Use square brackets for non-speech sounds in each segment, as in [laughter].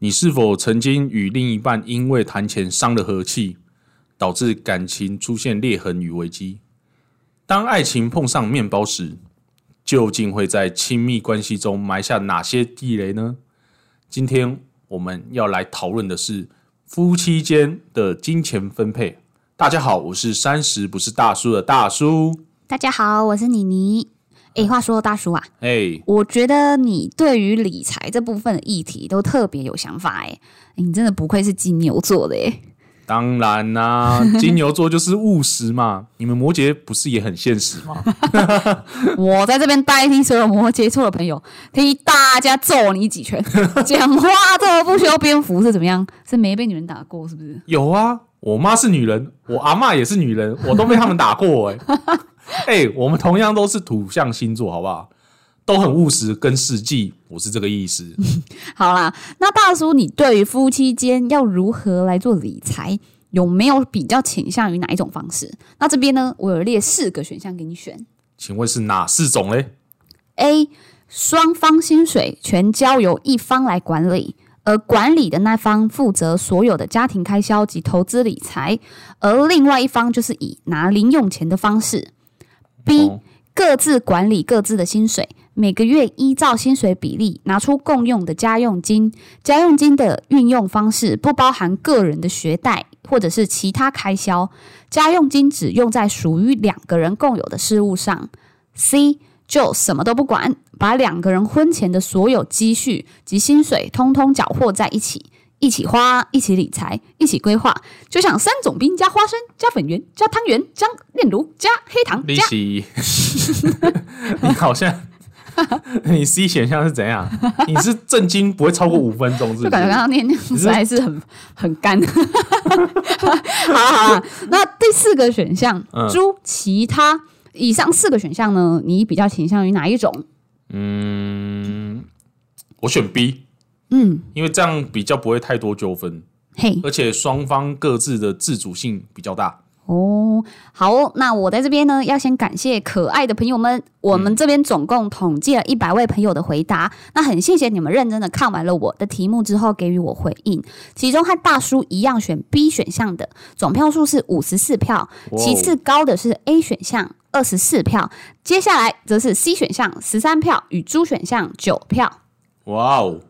你是否曾经与另一半因为谈钱伤了和气，导致感情出现裂痕与危机？当爱情碰上面包时，究竟会在亲密关系中埋下哪些地雷呢？今天我们要来讨论的是夫妻间的金钱分配。大家好，我是三十不是大叔的大叔。大家好，我是妮妮。诶，话说大叔啊，哎、我觉得你对于理财这部分的议题都特别有想法诶，你真的不愧是金牛座的诶。当然啦、金牛座就是务实嘛。你们摩羯不是也很现实吗？我在这边代替所有摩羯座的朋友，替大家揍你几拳。讲话这么不修边幅是怎么样？是没被女人打过是不是？有啊，我妈是女人，我阿嬷也是女人，我都被他们打过哎、 [laughs] 哎、我们同样都是土象星座，好不好？都很务实跟实际，我是这个意思。好啦，那大叔，你对于夫妻间要如何来做理财，有没有比较倾向于哪一种方式？那这边呢，我有列四个选项给你选。请问是哪四种嘞？ A 双方薪水全交由一方来管理，而管理的那方负责所有的家庭开销及投资理财，而另外一方就是以拿零用钱的方式。B 哦各自管理各自的薪水，每个月依照薪水比例拿出共用的家用金。家用金的运用方式不包含个人的学贷或者是其他开销，家用金只用在属于两个人共有的事物上。C 就什么都不管，把两个人婚前的所有积蓄及薪水通通缴获在一起。一起花，一起理财，一起规划，就像三种冰加花生加粉圆加汤圆加炼乳加黑糖利加息， [laughs] 你好像 [laughs] 你 C 选项是怎样？你是震惊不会超过五分钟，是就不感觉是刚？刚念那样是实在是很很干。 [laughs] 好好好，那第四个选项，嗯猪其他以上四个选项呢，你比较倾向于哪一种？嗯，我选 B，嗯，因为这样比较不会太多纠纷，嘿，而且双方各自的自主性比较大。哦，好哦那我在这边呢，要先感谢可爱的朋友们。我们这边总共统计了一百位朋友的回答，那很谢谢你们认真的看完了我的题目之后给予我回应。其中和大叔一样选 B 选项的总票数是五十四票，哇哦其次高的是 A 选项二十四票，接下来则是 C 选项十三票与猪选项九票。哇哦，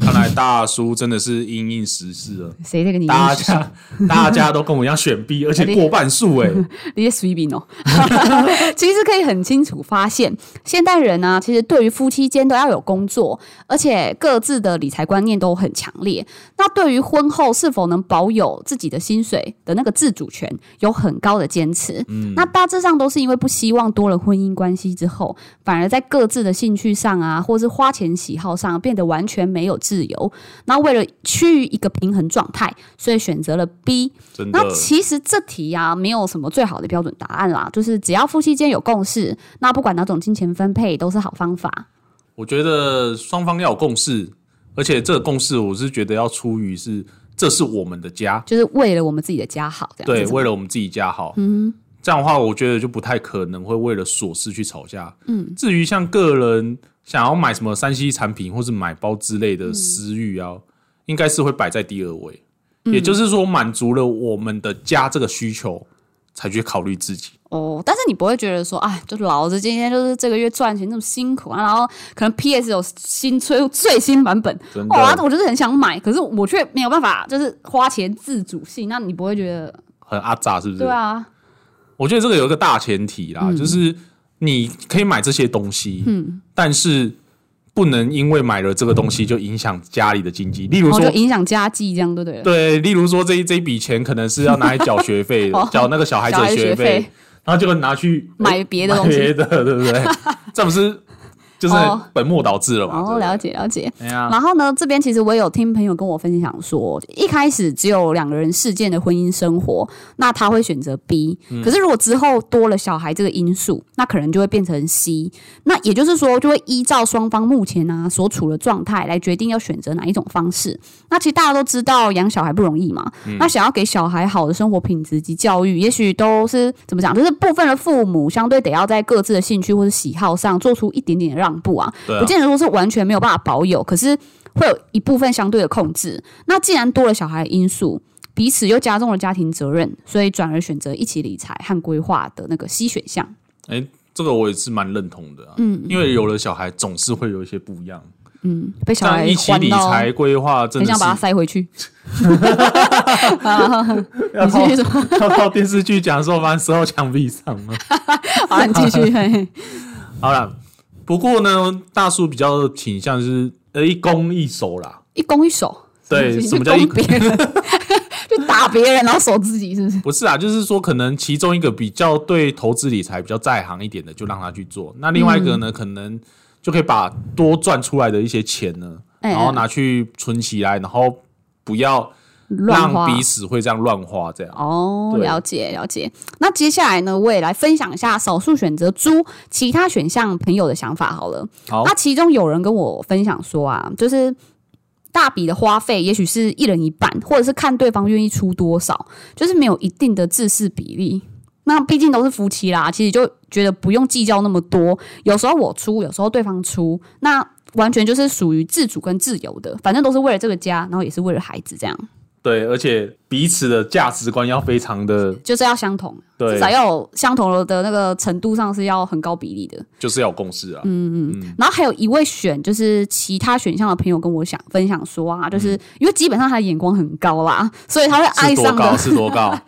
看来大叔真的是因应时事了。谁在跟你 [laughs] 一大样选？家大家都跟我一样选 [laughs] B，而且过半数哎、你些随便哦。 [laughs] 其实可以很清楚发现，现代人呢、其实对于夫妻间都要有工作，而且各自的理财观念都很强烈。那对于婚后是否能保有自己的薪水的那个自主权，有很高的坚持。那大致上都是因为不希望多了婚姻关系之后，反而在各自的兴趣上啊，或是花钱喜好上变得完全没有自由。那为了趋于一个平衡状态，所以选择了 B [laughs] 真的那。其实这题啊，没有什么最好的标准答案啦，就是只要夫妻间有共识，那不管哪种金钱分配都是好方法。我觉得双方要有共识，而且这个共识我是觉得要出于是这是我们的家，就是为了我们自己的家好，这样对，子为了我们自己家好。嗯，这样的话，我觉得就不太可能会为了琐事去吵架。嗯，至于像个人想要买什么三 C 产品或是买包之类的私欲啊，应该是会摆在第二位。也就是说，满足了我们的家这个需求，才去考虑自己。哦。但是你不会觉得说，哎，就老子今天就是这个月赚钱这么辛苦啊，然后可能 PS 有新推出最新版本，真的，哇、哦我就是很想买，可是我却没有办法，就是花钱自主性。那你不会觉得，很阿杂，是不是？对啊，我觉得这个有一个大前提啦，就是你可以买这些东西，嗯，但是不能因为买了这个东西就影响家里的经济。例如然后说就，影响家计这样，对不对了？对，例如说这一这一笔钱可能是要拿来缴学费 [laughs] 哦，缴那个小孩子小的孩的学学费费，然后结果拿去买别的买东西。别的，对不 [laughs] 对？这不是就是哦本末倒置了嘛？哦，了解。解了解。哎呀，然后呢，这边其实我也有听朋友跟我分享说，一开始只有两个人事件的婚姻生活，那他会选择 B、可是如果之后多了小孩这个因素，那可能就会变成 C。那也就是说，就会依照双方目前啊所处的状态来决定要选择哪一种方式。那其实大家都知道养小孩不容易嘛，那想要给小孩好的生活品质及教育，也许都是怎么讲，就是部分的父母相对得要在各自的兴趣或者喜好上做出一点点的让让步啊，对啊不，见得说是完全没有办法保有，可是会有一部分相对的控制。那既然多了小孩的因素，彼此又加重了家庭责任，所以转而选择一起理财和规划的那个 C 选项。这个我也是蛮认同的、啊，嗯，因为有了小孩，总是会有一些不一样。嗯，被小孩但一起还理到，财规划真很的想是把它塞回 [laughs] 去。要靠你 [laughs] 继续说，要靠电视剧讲说把石头墙壁上吗？好，你继续。嘿好啦，不过呢，大叔比较倾向是呃一攻一守啦。一攻一守，对，你什去么叫一攻？别人？就打别人，然后守自己，是不是？不是啊，就是说可能其中一个比较对投资理财比较在行一点的，就让他去做；那另外一个嗯呢，可能就可以把多赚出来的一些钱呢，哎然后拿去存起来，然后不要乱让花彼此会这样乱花这样。哦，对了解了解。那接下来呢，我也来分享一下少数选择猪其他选项朋友的想法好了。好那，其中有人跟我分享说啊，就是大笔的花费，也许是一人一半，或者是看对方愿意出多少，就是没有一定的自视比例。那毕竟都是夫妻啦，其实就觉得不用计较那么多。有时候我出，有时候对方出，那完全就是属于自主跟自由的，反正都是为了这个家，然后也是为了孩子，这样对，而且彼此的价值观要非常的就是要相同，至对少，要有相同的那个程度上是要很高比例的。就是要有共识啊。嗯然后还有一位选就是其他选项的朋友跟我想分享说嗯啊，就是、因为基本上他的眼光很高啦，所以他会爱是多上 [laughs] 高？的。是多高？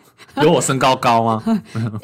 有我身高高吗？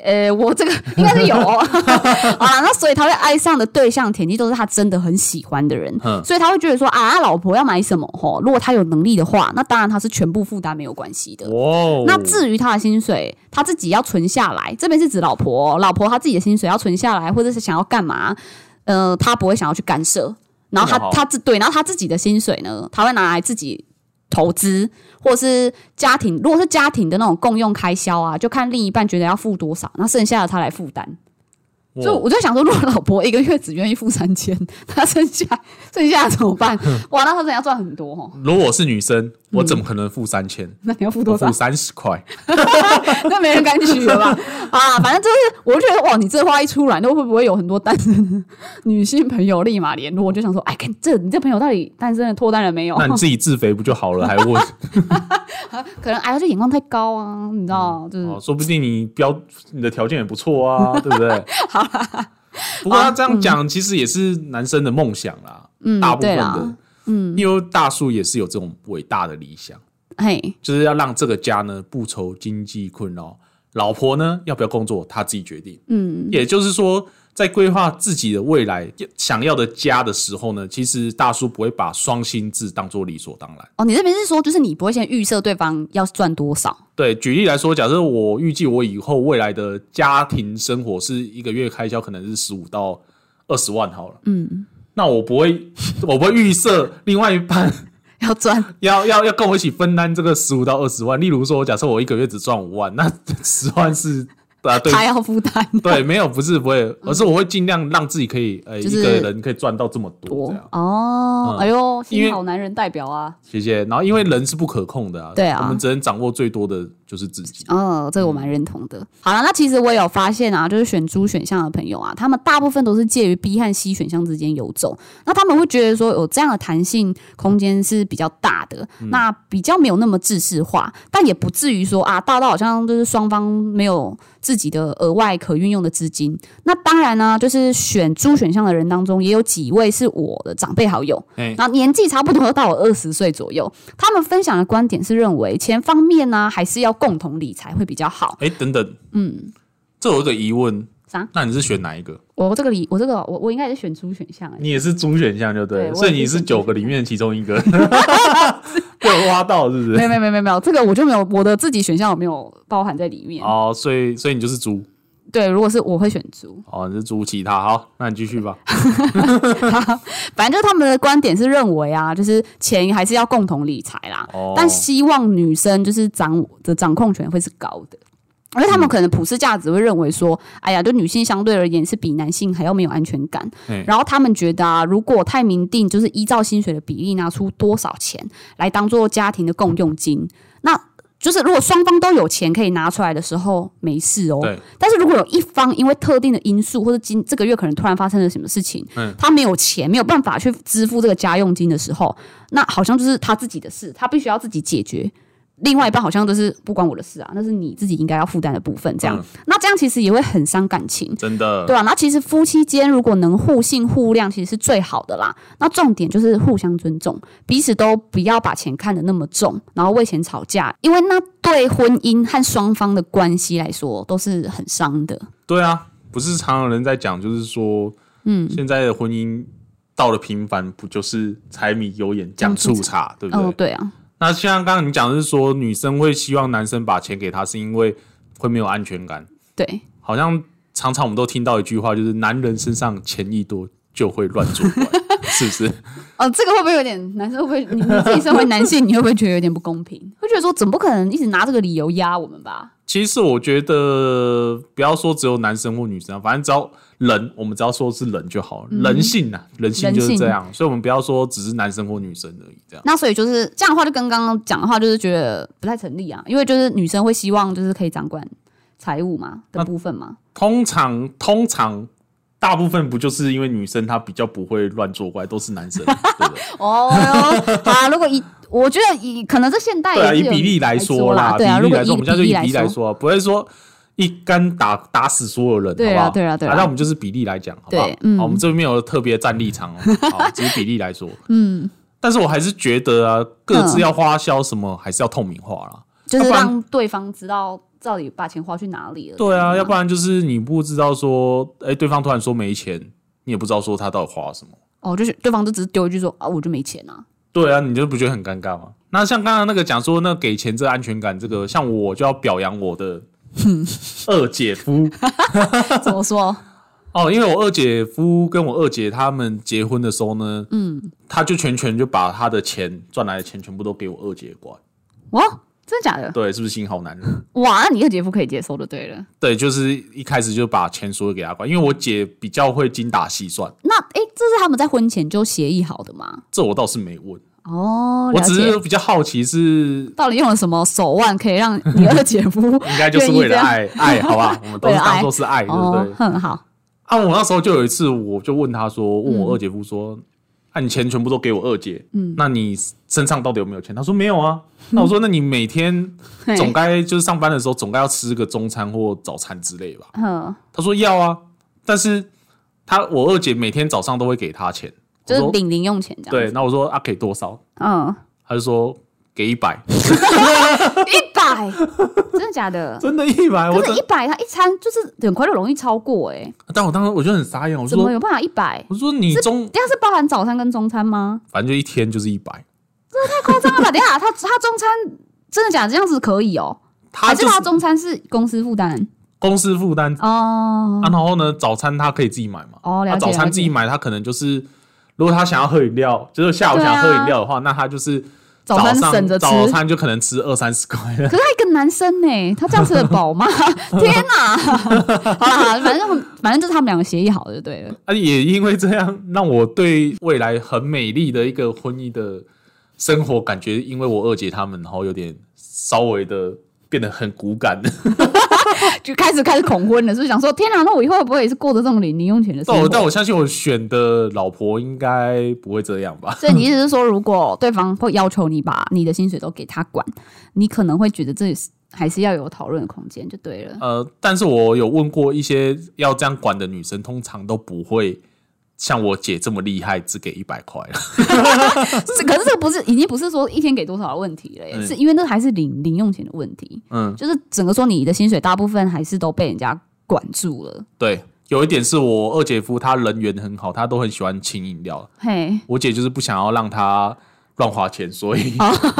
呃，我这个应该是有、哦、 [laughs] 啊，那所以他会爱上的对象，肯定都是他真的很喜欢的人，嗯所以他会觉得说啊，他老婆要买什么吼、如果他有能力的话，那当然他是全部负担没有关系的。哇哦，那至于他的薪水，他自己要存下来。这边是指老婆哦、老婆她自己的薪水要存下来，或者是想要干嘛，呃，他不会想要去干涉。然后这么他好他自对，然后他自己的薪水呢，他会拿来自己投资，或是家庭，如果是家庭的那种共用开销啊，就看另一半觉得要付多少，那剩下的他来负担。哇哦所以我就想说，如果老婆一个月只愿意付三千，他剩下剩下的怎么办？ [laughs] 哇，那他真的要赚很多哦。如果我是女生，我怎么可能付三千？那你要付我嗯多少付？三十块，那没人敢娶了吧？ [laughs] 啊，反正就是，我就觉得哇，你这话一出来，那会不会有很多单身的女性朋友立马联络？我就想说，哎，看这你这朋友到底单身了脱单了没有？那你自己自肥不就好了？还问？可能哎，他就眼光太高啊，你知道，就是、哦，说不定你标你的条件也不错 [laughs] 啊，对不对？啊不过他这样讲，其实也是男生的梦想啦，嗯大，部对分啦的，，嗯，因为大叔也是有这种伟大的理想，嘿，就是要让这个家呢不愁经济困扰，老婆呢要不要工作他自己决定，嗯，也就是说。在规划自己的未来想要的家的时候呢，其实大叔不会把双薪制当做理所当然。哦，你这边是说，就是你不会先预设对方要赚多少？ [laughs] 对，举例来说，假设我预计我以后未来的家庭生活是一个月开销可能是十五到二十万好了，嗯，那我不会，我不会预设另外一半要赚要要要跟我一起分担这个十五到二十万。例如说，假设我一个月只赚五万，那 [laughs] 十万是啊，对他要负担对，没有不是不会，而是我会尽量让自己可以呃、嗯就是一个人可以赚到这么多多这样。哦，嗯哎呦，因为新好男人代表啊，谢谢。然后因为人是不可控的啊，对啊我们只能掌握最多的就是自己。哦，这个我蛮认同的。好了，那其实我也有发现啊，就是选猪选项的朋友啊，他们大部分都是介于 B 和 C 选项之间游走。那他们会觉得说有这样的弹性空间是比较大的，嗯那比较没有那么制式化，但也不至于说啊大到好像就是双方没有自己的额外可运用的资金。那当然呢、就是选猪选项的人当中，也有几位是我的长辈好友，哎、然后年纪差不多到我二十岁左右，他们分享的观点是认为钱方面呢、还是要共同理财会比较好。哎、等等，嗯，这我有个疑问，啥？那你是选哪一个？我这个理，我这个我我应该也是选猪选项哎、你也是猪选项就对对了，我所以也你是是猪九个里面其中一个 [laughs] 被挖到，是不没是？有没有没有没有没有，这个我就没有我的自己选项我没有包含在里面。哦，所以所以你就是猪对，如果是我会选猪，哦，你是猪其他好，那你继续 [laughs] 吧。反正就是他们的观点是认为啊，就是钱还是要共同理财啦，哦，但希望女生就是掌的掌控权会是高的，因为他们可能普世价值会认为说，哎呀，对女性相对而言是比男性还要没有安全感嗯。然后他们觉得啊，如果太明定就是依照薪水的比例拿出多少钱来当做家庭的共用金，那就是如果双方都有钱可以拿出来的时候，没事哦。对，但是如果有一方因为特定的因素，或者今这个月可能突然发生了什么事情，嗯他没有钱，没有办法去支付这个家用金的时候，那好像就是他自己的事，他必须要自己解决。另外一半好像都是不关我的事啊，那是你自己应该要负担的部分。这样，嗯那这样其实也会很伤感情。真的，对啊，那其实夫妻间如果能互信互谅，其实是最好的啦。那重点就是互相尊重，彼此都不要把钱看得那么重，然后为钱吵架，因为那对婚姻和双方的关系来说都是很伤的。对啊，不是常有人在讲，就是说，嗯，现在的婚姻到了频繁，不就是柴米油盐酱醋茶，对不对？哦，对啊，那像刚刚你讲的是说，女生会希望男生把钱给她，是因为会没有安全感。对，好像常常我们都听到一句话，就是男人身上钱一多就会乱作怪，是不 [laughs] 是？哦，这个会不会有点男生会不会你你自己身为男性，你会不会觉得有点不公平？会觉得说怎么可能一直拿这个理由压我们吧？其实我觉得，不要说只有男生或女生啊，反正只要人，我们只要说是人就好了。人性呐、啊，人性就嗯人是性这样，所以我们不要说只是男生或女生而已，这样。那所以就是这样的话，就跟刚刚讲的话，就是觉得不太成立啊，因为就是女生会希望就是可以掌管财务嘛的部分嘛。通常，通常大部分不就是因为女生她比较不会乱作怪，都是男生，对不对？哦哟，好啊，如果以我觉得以可能在现代对啊，也以是有比例来说啦，对啊，比如例果来说，我们现在就比以例比例来来，说啊，不会说一竿打打死所有人，对好啊不好？对啊对啊那我们就是比例来讲，好不好对？嗯好，我们这边没有特别站立场 [laughs] 哦，好，只是比例来说，嗯。但是我还是觉得啊，各嗯自要花销什么，还是要透明化啦。就是要不然让对方知道到底把钱花去哪里了。对啊，要不然然就是你不知道说，哎，对方突然说没钱，你也不知道说他到底花了什么。哦，就是对方就只是丢一句说啊，我就没钱啊。对啊，你就不觉得很尴尬吗？那像刚刚那个讲说，那给钱这安全感，这个像我就要表扬我 [laughs] 的二姐夫。怎么说？ [laughs] 哦，因为我二姐夫跟我二姐他们结婚的时候呢，嗯，他就全权就把他的钱赚来的钱全部都给我二姐管，哇，哦真的假的？对，是不是心好男人？ [laughs] 哇，那你二姐夫可以接受就对了。对，就是一开始就把钱所有给他管，因为我姐比较会精打细算，那哎，这是他们在婚前就协议好的吗？这我倒是没问，哦，我了只解是。比较好奇是。到底用了什么手腕可以让你二姐夫 [laughs] 应该就是为了愿爱，爱好 [laughs] 吧，我们都是为了爱当做是爱，对不哦对？？很好，啊，我那时候就有一次，我就问他说，问嗯我二姐夫说，啊，你钱全部都给我二姐，嗯，那你身上到底有没有钱？他说没有啊。那我说，那你每天嘿总该就是上班的时候，总该要吃个中餐或早餐之类吧？嗯，他说要啊，但是他我二姐每天早上都会给他钱，我就是说领零用钱这样。对，，那我说啊，给多少？嗯，他就说给一百，一 [laughs] 百， [laughs] 真的假的？真的，一百，我可真是，一，百他一餐就是很快就容易超过哎、但我当时我就很傻眼，我怎么说，有办法一百？我说你中，等一下是包含早餐跟中餐吗？反正就一天就是一百，夸张了吧？等一下他他中餐真的假的？这样子可以哦、他还是就是他中餐是公司负担公司负担哦？啊，然后呢，早餐他可以自己买嘛？哦了啊解早餐自己买，他可能就是，如果他想要喝饮料，就是下午对想啊要喝饮料的话，那他就是早上餐省着吃，早餐就可能吃二三十块了。可是他一个男生呢、他这样吃得 [laughs] 饱吗？天哪、 [laughs] 好了好了，反正反正就是他们两个协议好的就对了。啊，也因为这样，让我对未来很美丽的一个婚姻的生活感觉，因为我二姐他们，然后有点稍微的变得很骨感。就开始开始恐婚了，是不是想说天哪、那我以后会不会也是过着这种领零用钱的生但活？哦我但我相信我选的老婆应该不会这样吧？所以你意思是说，如果对方会要求你把你的薪水都给他管，你可能会觉得这是还是要有讨论的空间，就对 [laughs] 了。呃，但是我有问过一些要这样管的女生，通常都不会像我姐这么厉害，只给一百块了。这可是这个不是已经不是说一天给多少的问题了耶，嗯是因为那还是零零用钱的问题，嗯，就是整个说你的薪水大部分还是都被人家管住了。对，有一点是我二姐夫他人缘很好，他都很喜欢请饮料。嘿，我姐就是不想要让他乱花钱，所以、 [laughs]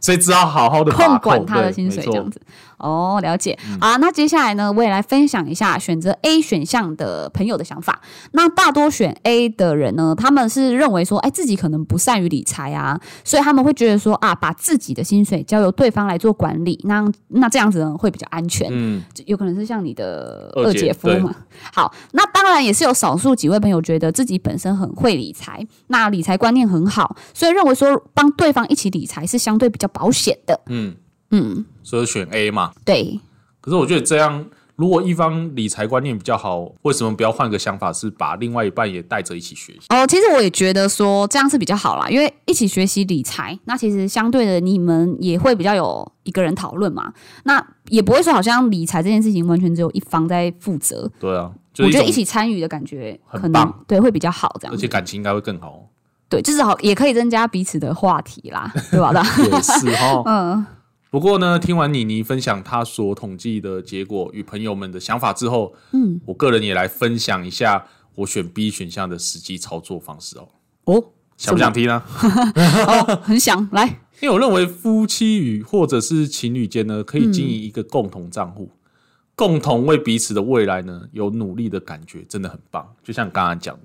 所以只好好好的哦控管他的薪水没错这嗯样子。哦，了解、啊。那接下来呢，我也来分享一下选择 A 选项的朋友的想法。那大多选 A 的人呢，他们是认为说，哎，自己可能不善于理财啊，所以他们会觉得说啊，把自己的薪水交由对方来做管理，那那这样子呢会比较安全。嗯，就有可能是像你的二二姐姐夫对嘛。好，那当然也是有少数几位朋友觉得自己本身很会理财，那理财观念很好，所以认为说帮对方一起理财是相对比较保险的。嗯嗯，所以我选 A 嘛。对，可是我觉得这样，如果一方理财观念比较好，为什么不要换个想法，是把另外一半也带着一起学习？哦，其实我也觉得说这样是比较好啦，因为一起学习理财，那其实相对的你们也会比较有一个人讨论嘛，那也不会说好像理财这件事情完全只有一方在负责，对啊，就我是觉得一种，起参与的感觉很可能棒对会比较好这样而且子，感情应该会更 [laughs] 好。对，至少也可以增加彼此的话题 [laughs] 啦，对吧？也是哈，嗯。不过呢，听完妮妮分享她所统计的结果与朋友们的想法之后，嗯，我个人也来分享一下我选 B 选项的实际操作方式哦。哦，想不想听呢？啊很想来，因为我认为夫妻与或者是情侣间呢，可以经嗯营一个共同账户，共同为彼此的未来呢有努力的感觉，真的很棒。就像刚刚讲的，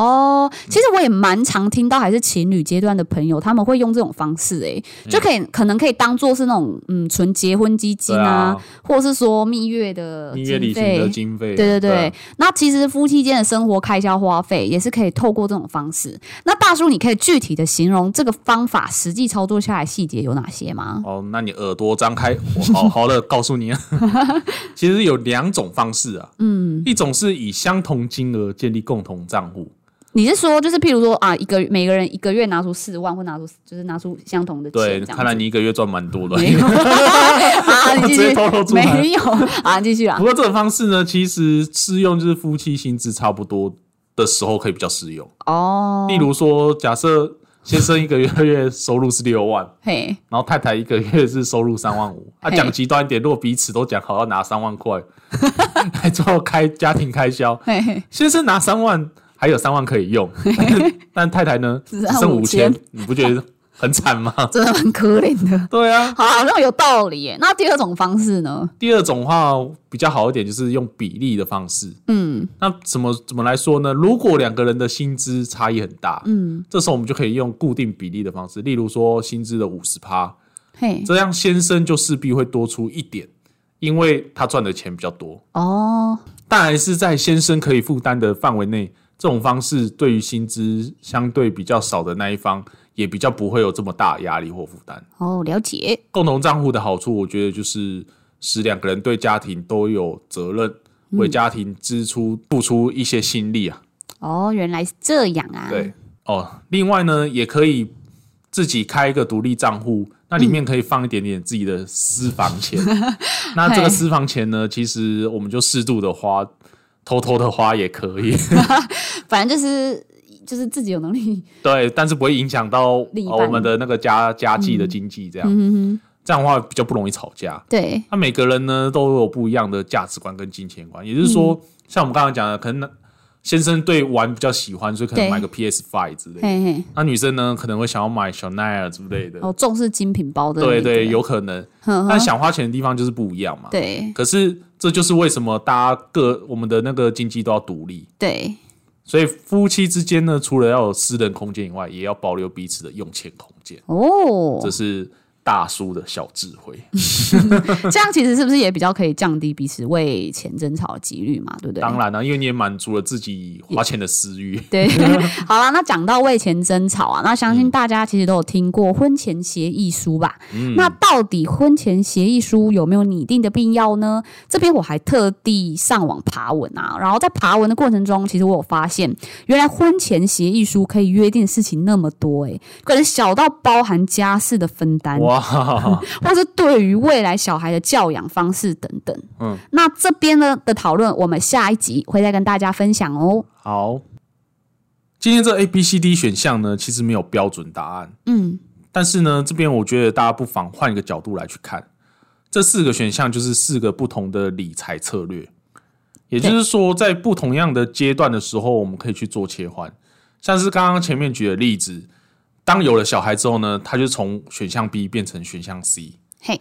哦，其实我也蛮常听到，还是情侣阶段的朋友，他们会用这种方式、欸，就可以可能可以当做是那种嗯，纯结婚基金对啊，或者是说蜜月的蜜月经旅行费的经费，对对对，啊那其实夫妻间的生活开销花费也是可以透过这种方式。那大叔，你可以具体的形容这个方法实际操作下来细节有哪些吗？哦，那你耳朵张开，我 [laughs] 好好的告诉你啊， [laughs] 其实有两种方式啊，嗯，一种是以相同金额建立共同账户，你是说，就是譬如说啊，一个每个人一个月拿出四万，或拿出就是拿出相同的钱，对，这样看来子你一个月赚蛮多的。没有 [laughs] 啊，你直继接续偷偷出来没有啊，你继续啊不，过这种方式呢，其实适用就是夫妻薪资差不多的时候可以比较适用。哦，例如说，假设先生一个月 [laughs] 月收入是六万，嘿，然后太太一个月是收入三万五。啊，嘿讲极端一点，如果彼此都讲好要拿三万块 [laughs] 来做开家庭开销，嘿嘿，先生拿三万，还有三万可以 [laughs] 用，但太太呢只只剩剩五5000千，你不觉得很惨吗？ [laughs] 真的蛮可怜的。对啊。好，好像有道理耶。那第二种方式呢？第二种话比较好一点，就是用比例的方式。嗯那怎么怎么来说呢？如果两个人的薪资差异很大，嗯，这时候我们就可以用固定比例的方式，例如说薪资的五十趴，嘿，这样先生就势必会多出一点，因为他赚的钱比较多。哦，当然是在先生可以负担的范围内，这种方式对于薪资相对比较少的那一方，也比较不会有这么大压力或负担。哦，了解。共同账户的好处，我觉得就是使两个人对家庭都有责任，嗯为家庭支出付出一些心力啊。哦，原来是这样啊。对，哦，另外呢，也可以自己开一个独立账户，那里面可以放一点点自己的私房 [laughs] 钱。那这个私房钱呢，其实我们就适度的花，偷偷的花也可以，反正就是就是自己有能力。 [laughs] [laughs] 对，但是不会影响到、呃另一半我们的那个家家计的经济，这样、嗯哼哼，这样的话比较不容易吵架。对，那每个人呢都有不一样的价值观跟金钱观，也就是说，嗯像我们刚刚讲的，可能先生对玩比较喜欢，所以可能对买个 PS Five 之类的。嘿嘿，那女生呢，可能会想要买香奈儿之类的。哦，重视精品包的那个。对对，有可能。哼但哼，想花钱的地方就是不一样嘛。。对可是这就是为什么大家各我们的那个经济都要独立，对，所以夫妻之间呢，除了要有私人空间以外，也要保留彼此的用钱空间。哦这，是 [laughs] 大叔的小智慧。这样其实是不是也比较可以降低彼此为钱争吵的几率嘛？对不对？当然了、啊因为你也满足了自己花钱的私欲。 [laughs] [laughs] 对，好啦，那讲到为钱争吵啊，那嗯相信大家其实都有听过婚前协议书吧？嗯那到底婚前协议书有没有拟定的必要呢？这边我还特地上网爬文啊，然后在爬文的过程中，其实我有发现，原来婚前协议书可以约定的事情那么多、欸，可能小到包含家事的分 [laughs] 担，哇，或是对于未来小孩的教养方式等等。嗯，那这边呢的讨论，我们下一集会再跟大家分享哦。好。今天这 A、B、C、D 选项呢，其实没有标准答案。嗯，但是呢，这边我觉得大家不妨换一个角度来去看，这四个选项就是四个不同的理财策略，也就是说，在不同样的阶段的时候，我们可以去做切换。像是刚刚前面举的例子，当有了小孩之后呢，他就从选项 B 变成选项 C，嘿、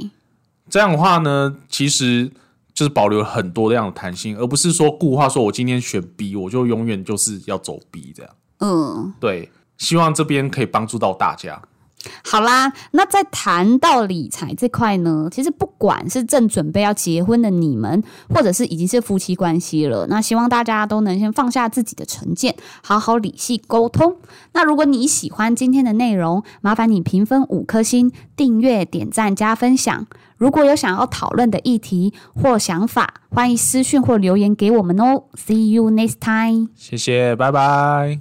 这样的话呢，其实就是保留很多这样的弹性，而不是说固化说我今天选 B，我就永远就是要走 B 这样。嗯，对，希望这边可以帮助到大家。好啦，那在谈到理财这块呢，其实不管是正准备要结婚的你们，或者是已经是夫妻关系了，那希望大家都能先放下自己的成见，好好理性沟通。那如果你喜欢今天的内容，麻烦你评分五颗星、订阅、点赞、加分享。如果有想要讨论的议题或想法，欢迎私讯或留言给我们哦。See you next time. 谢谢，拜拜。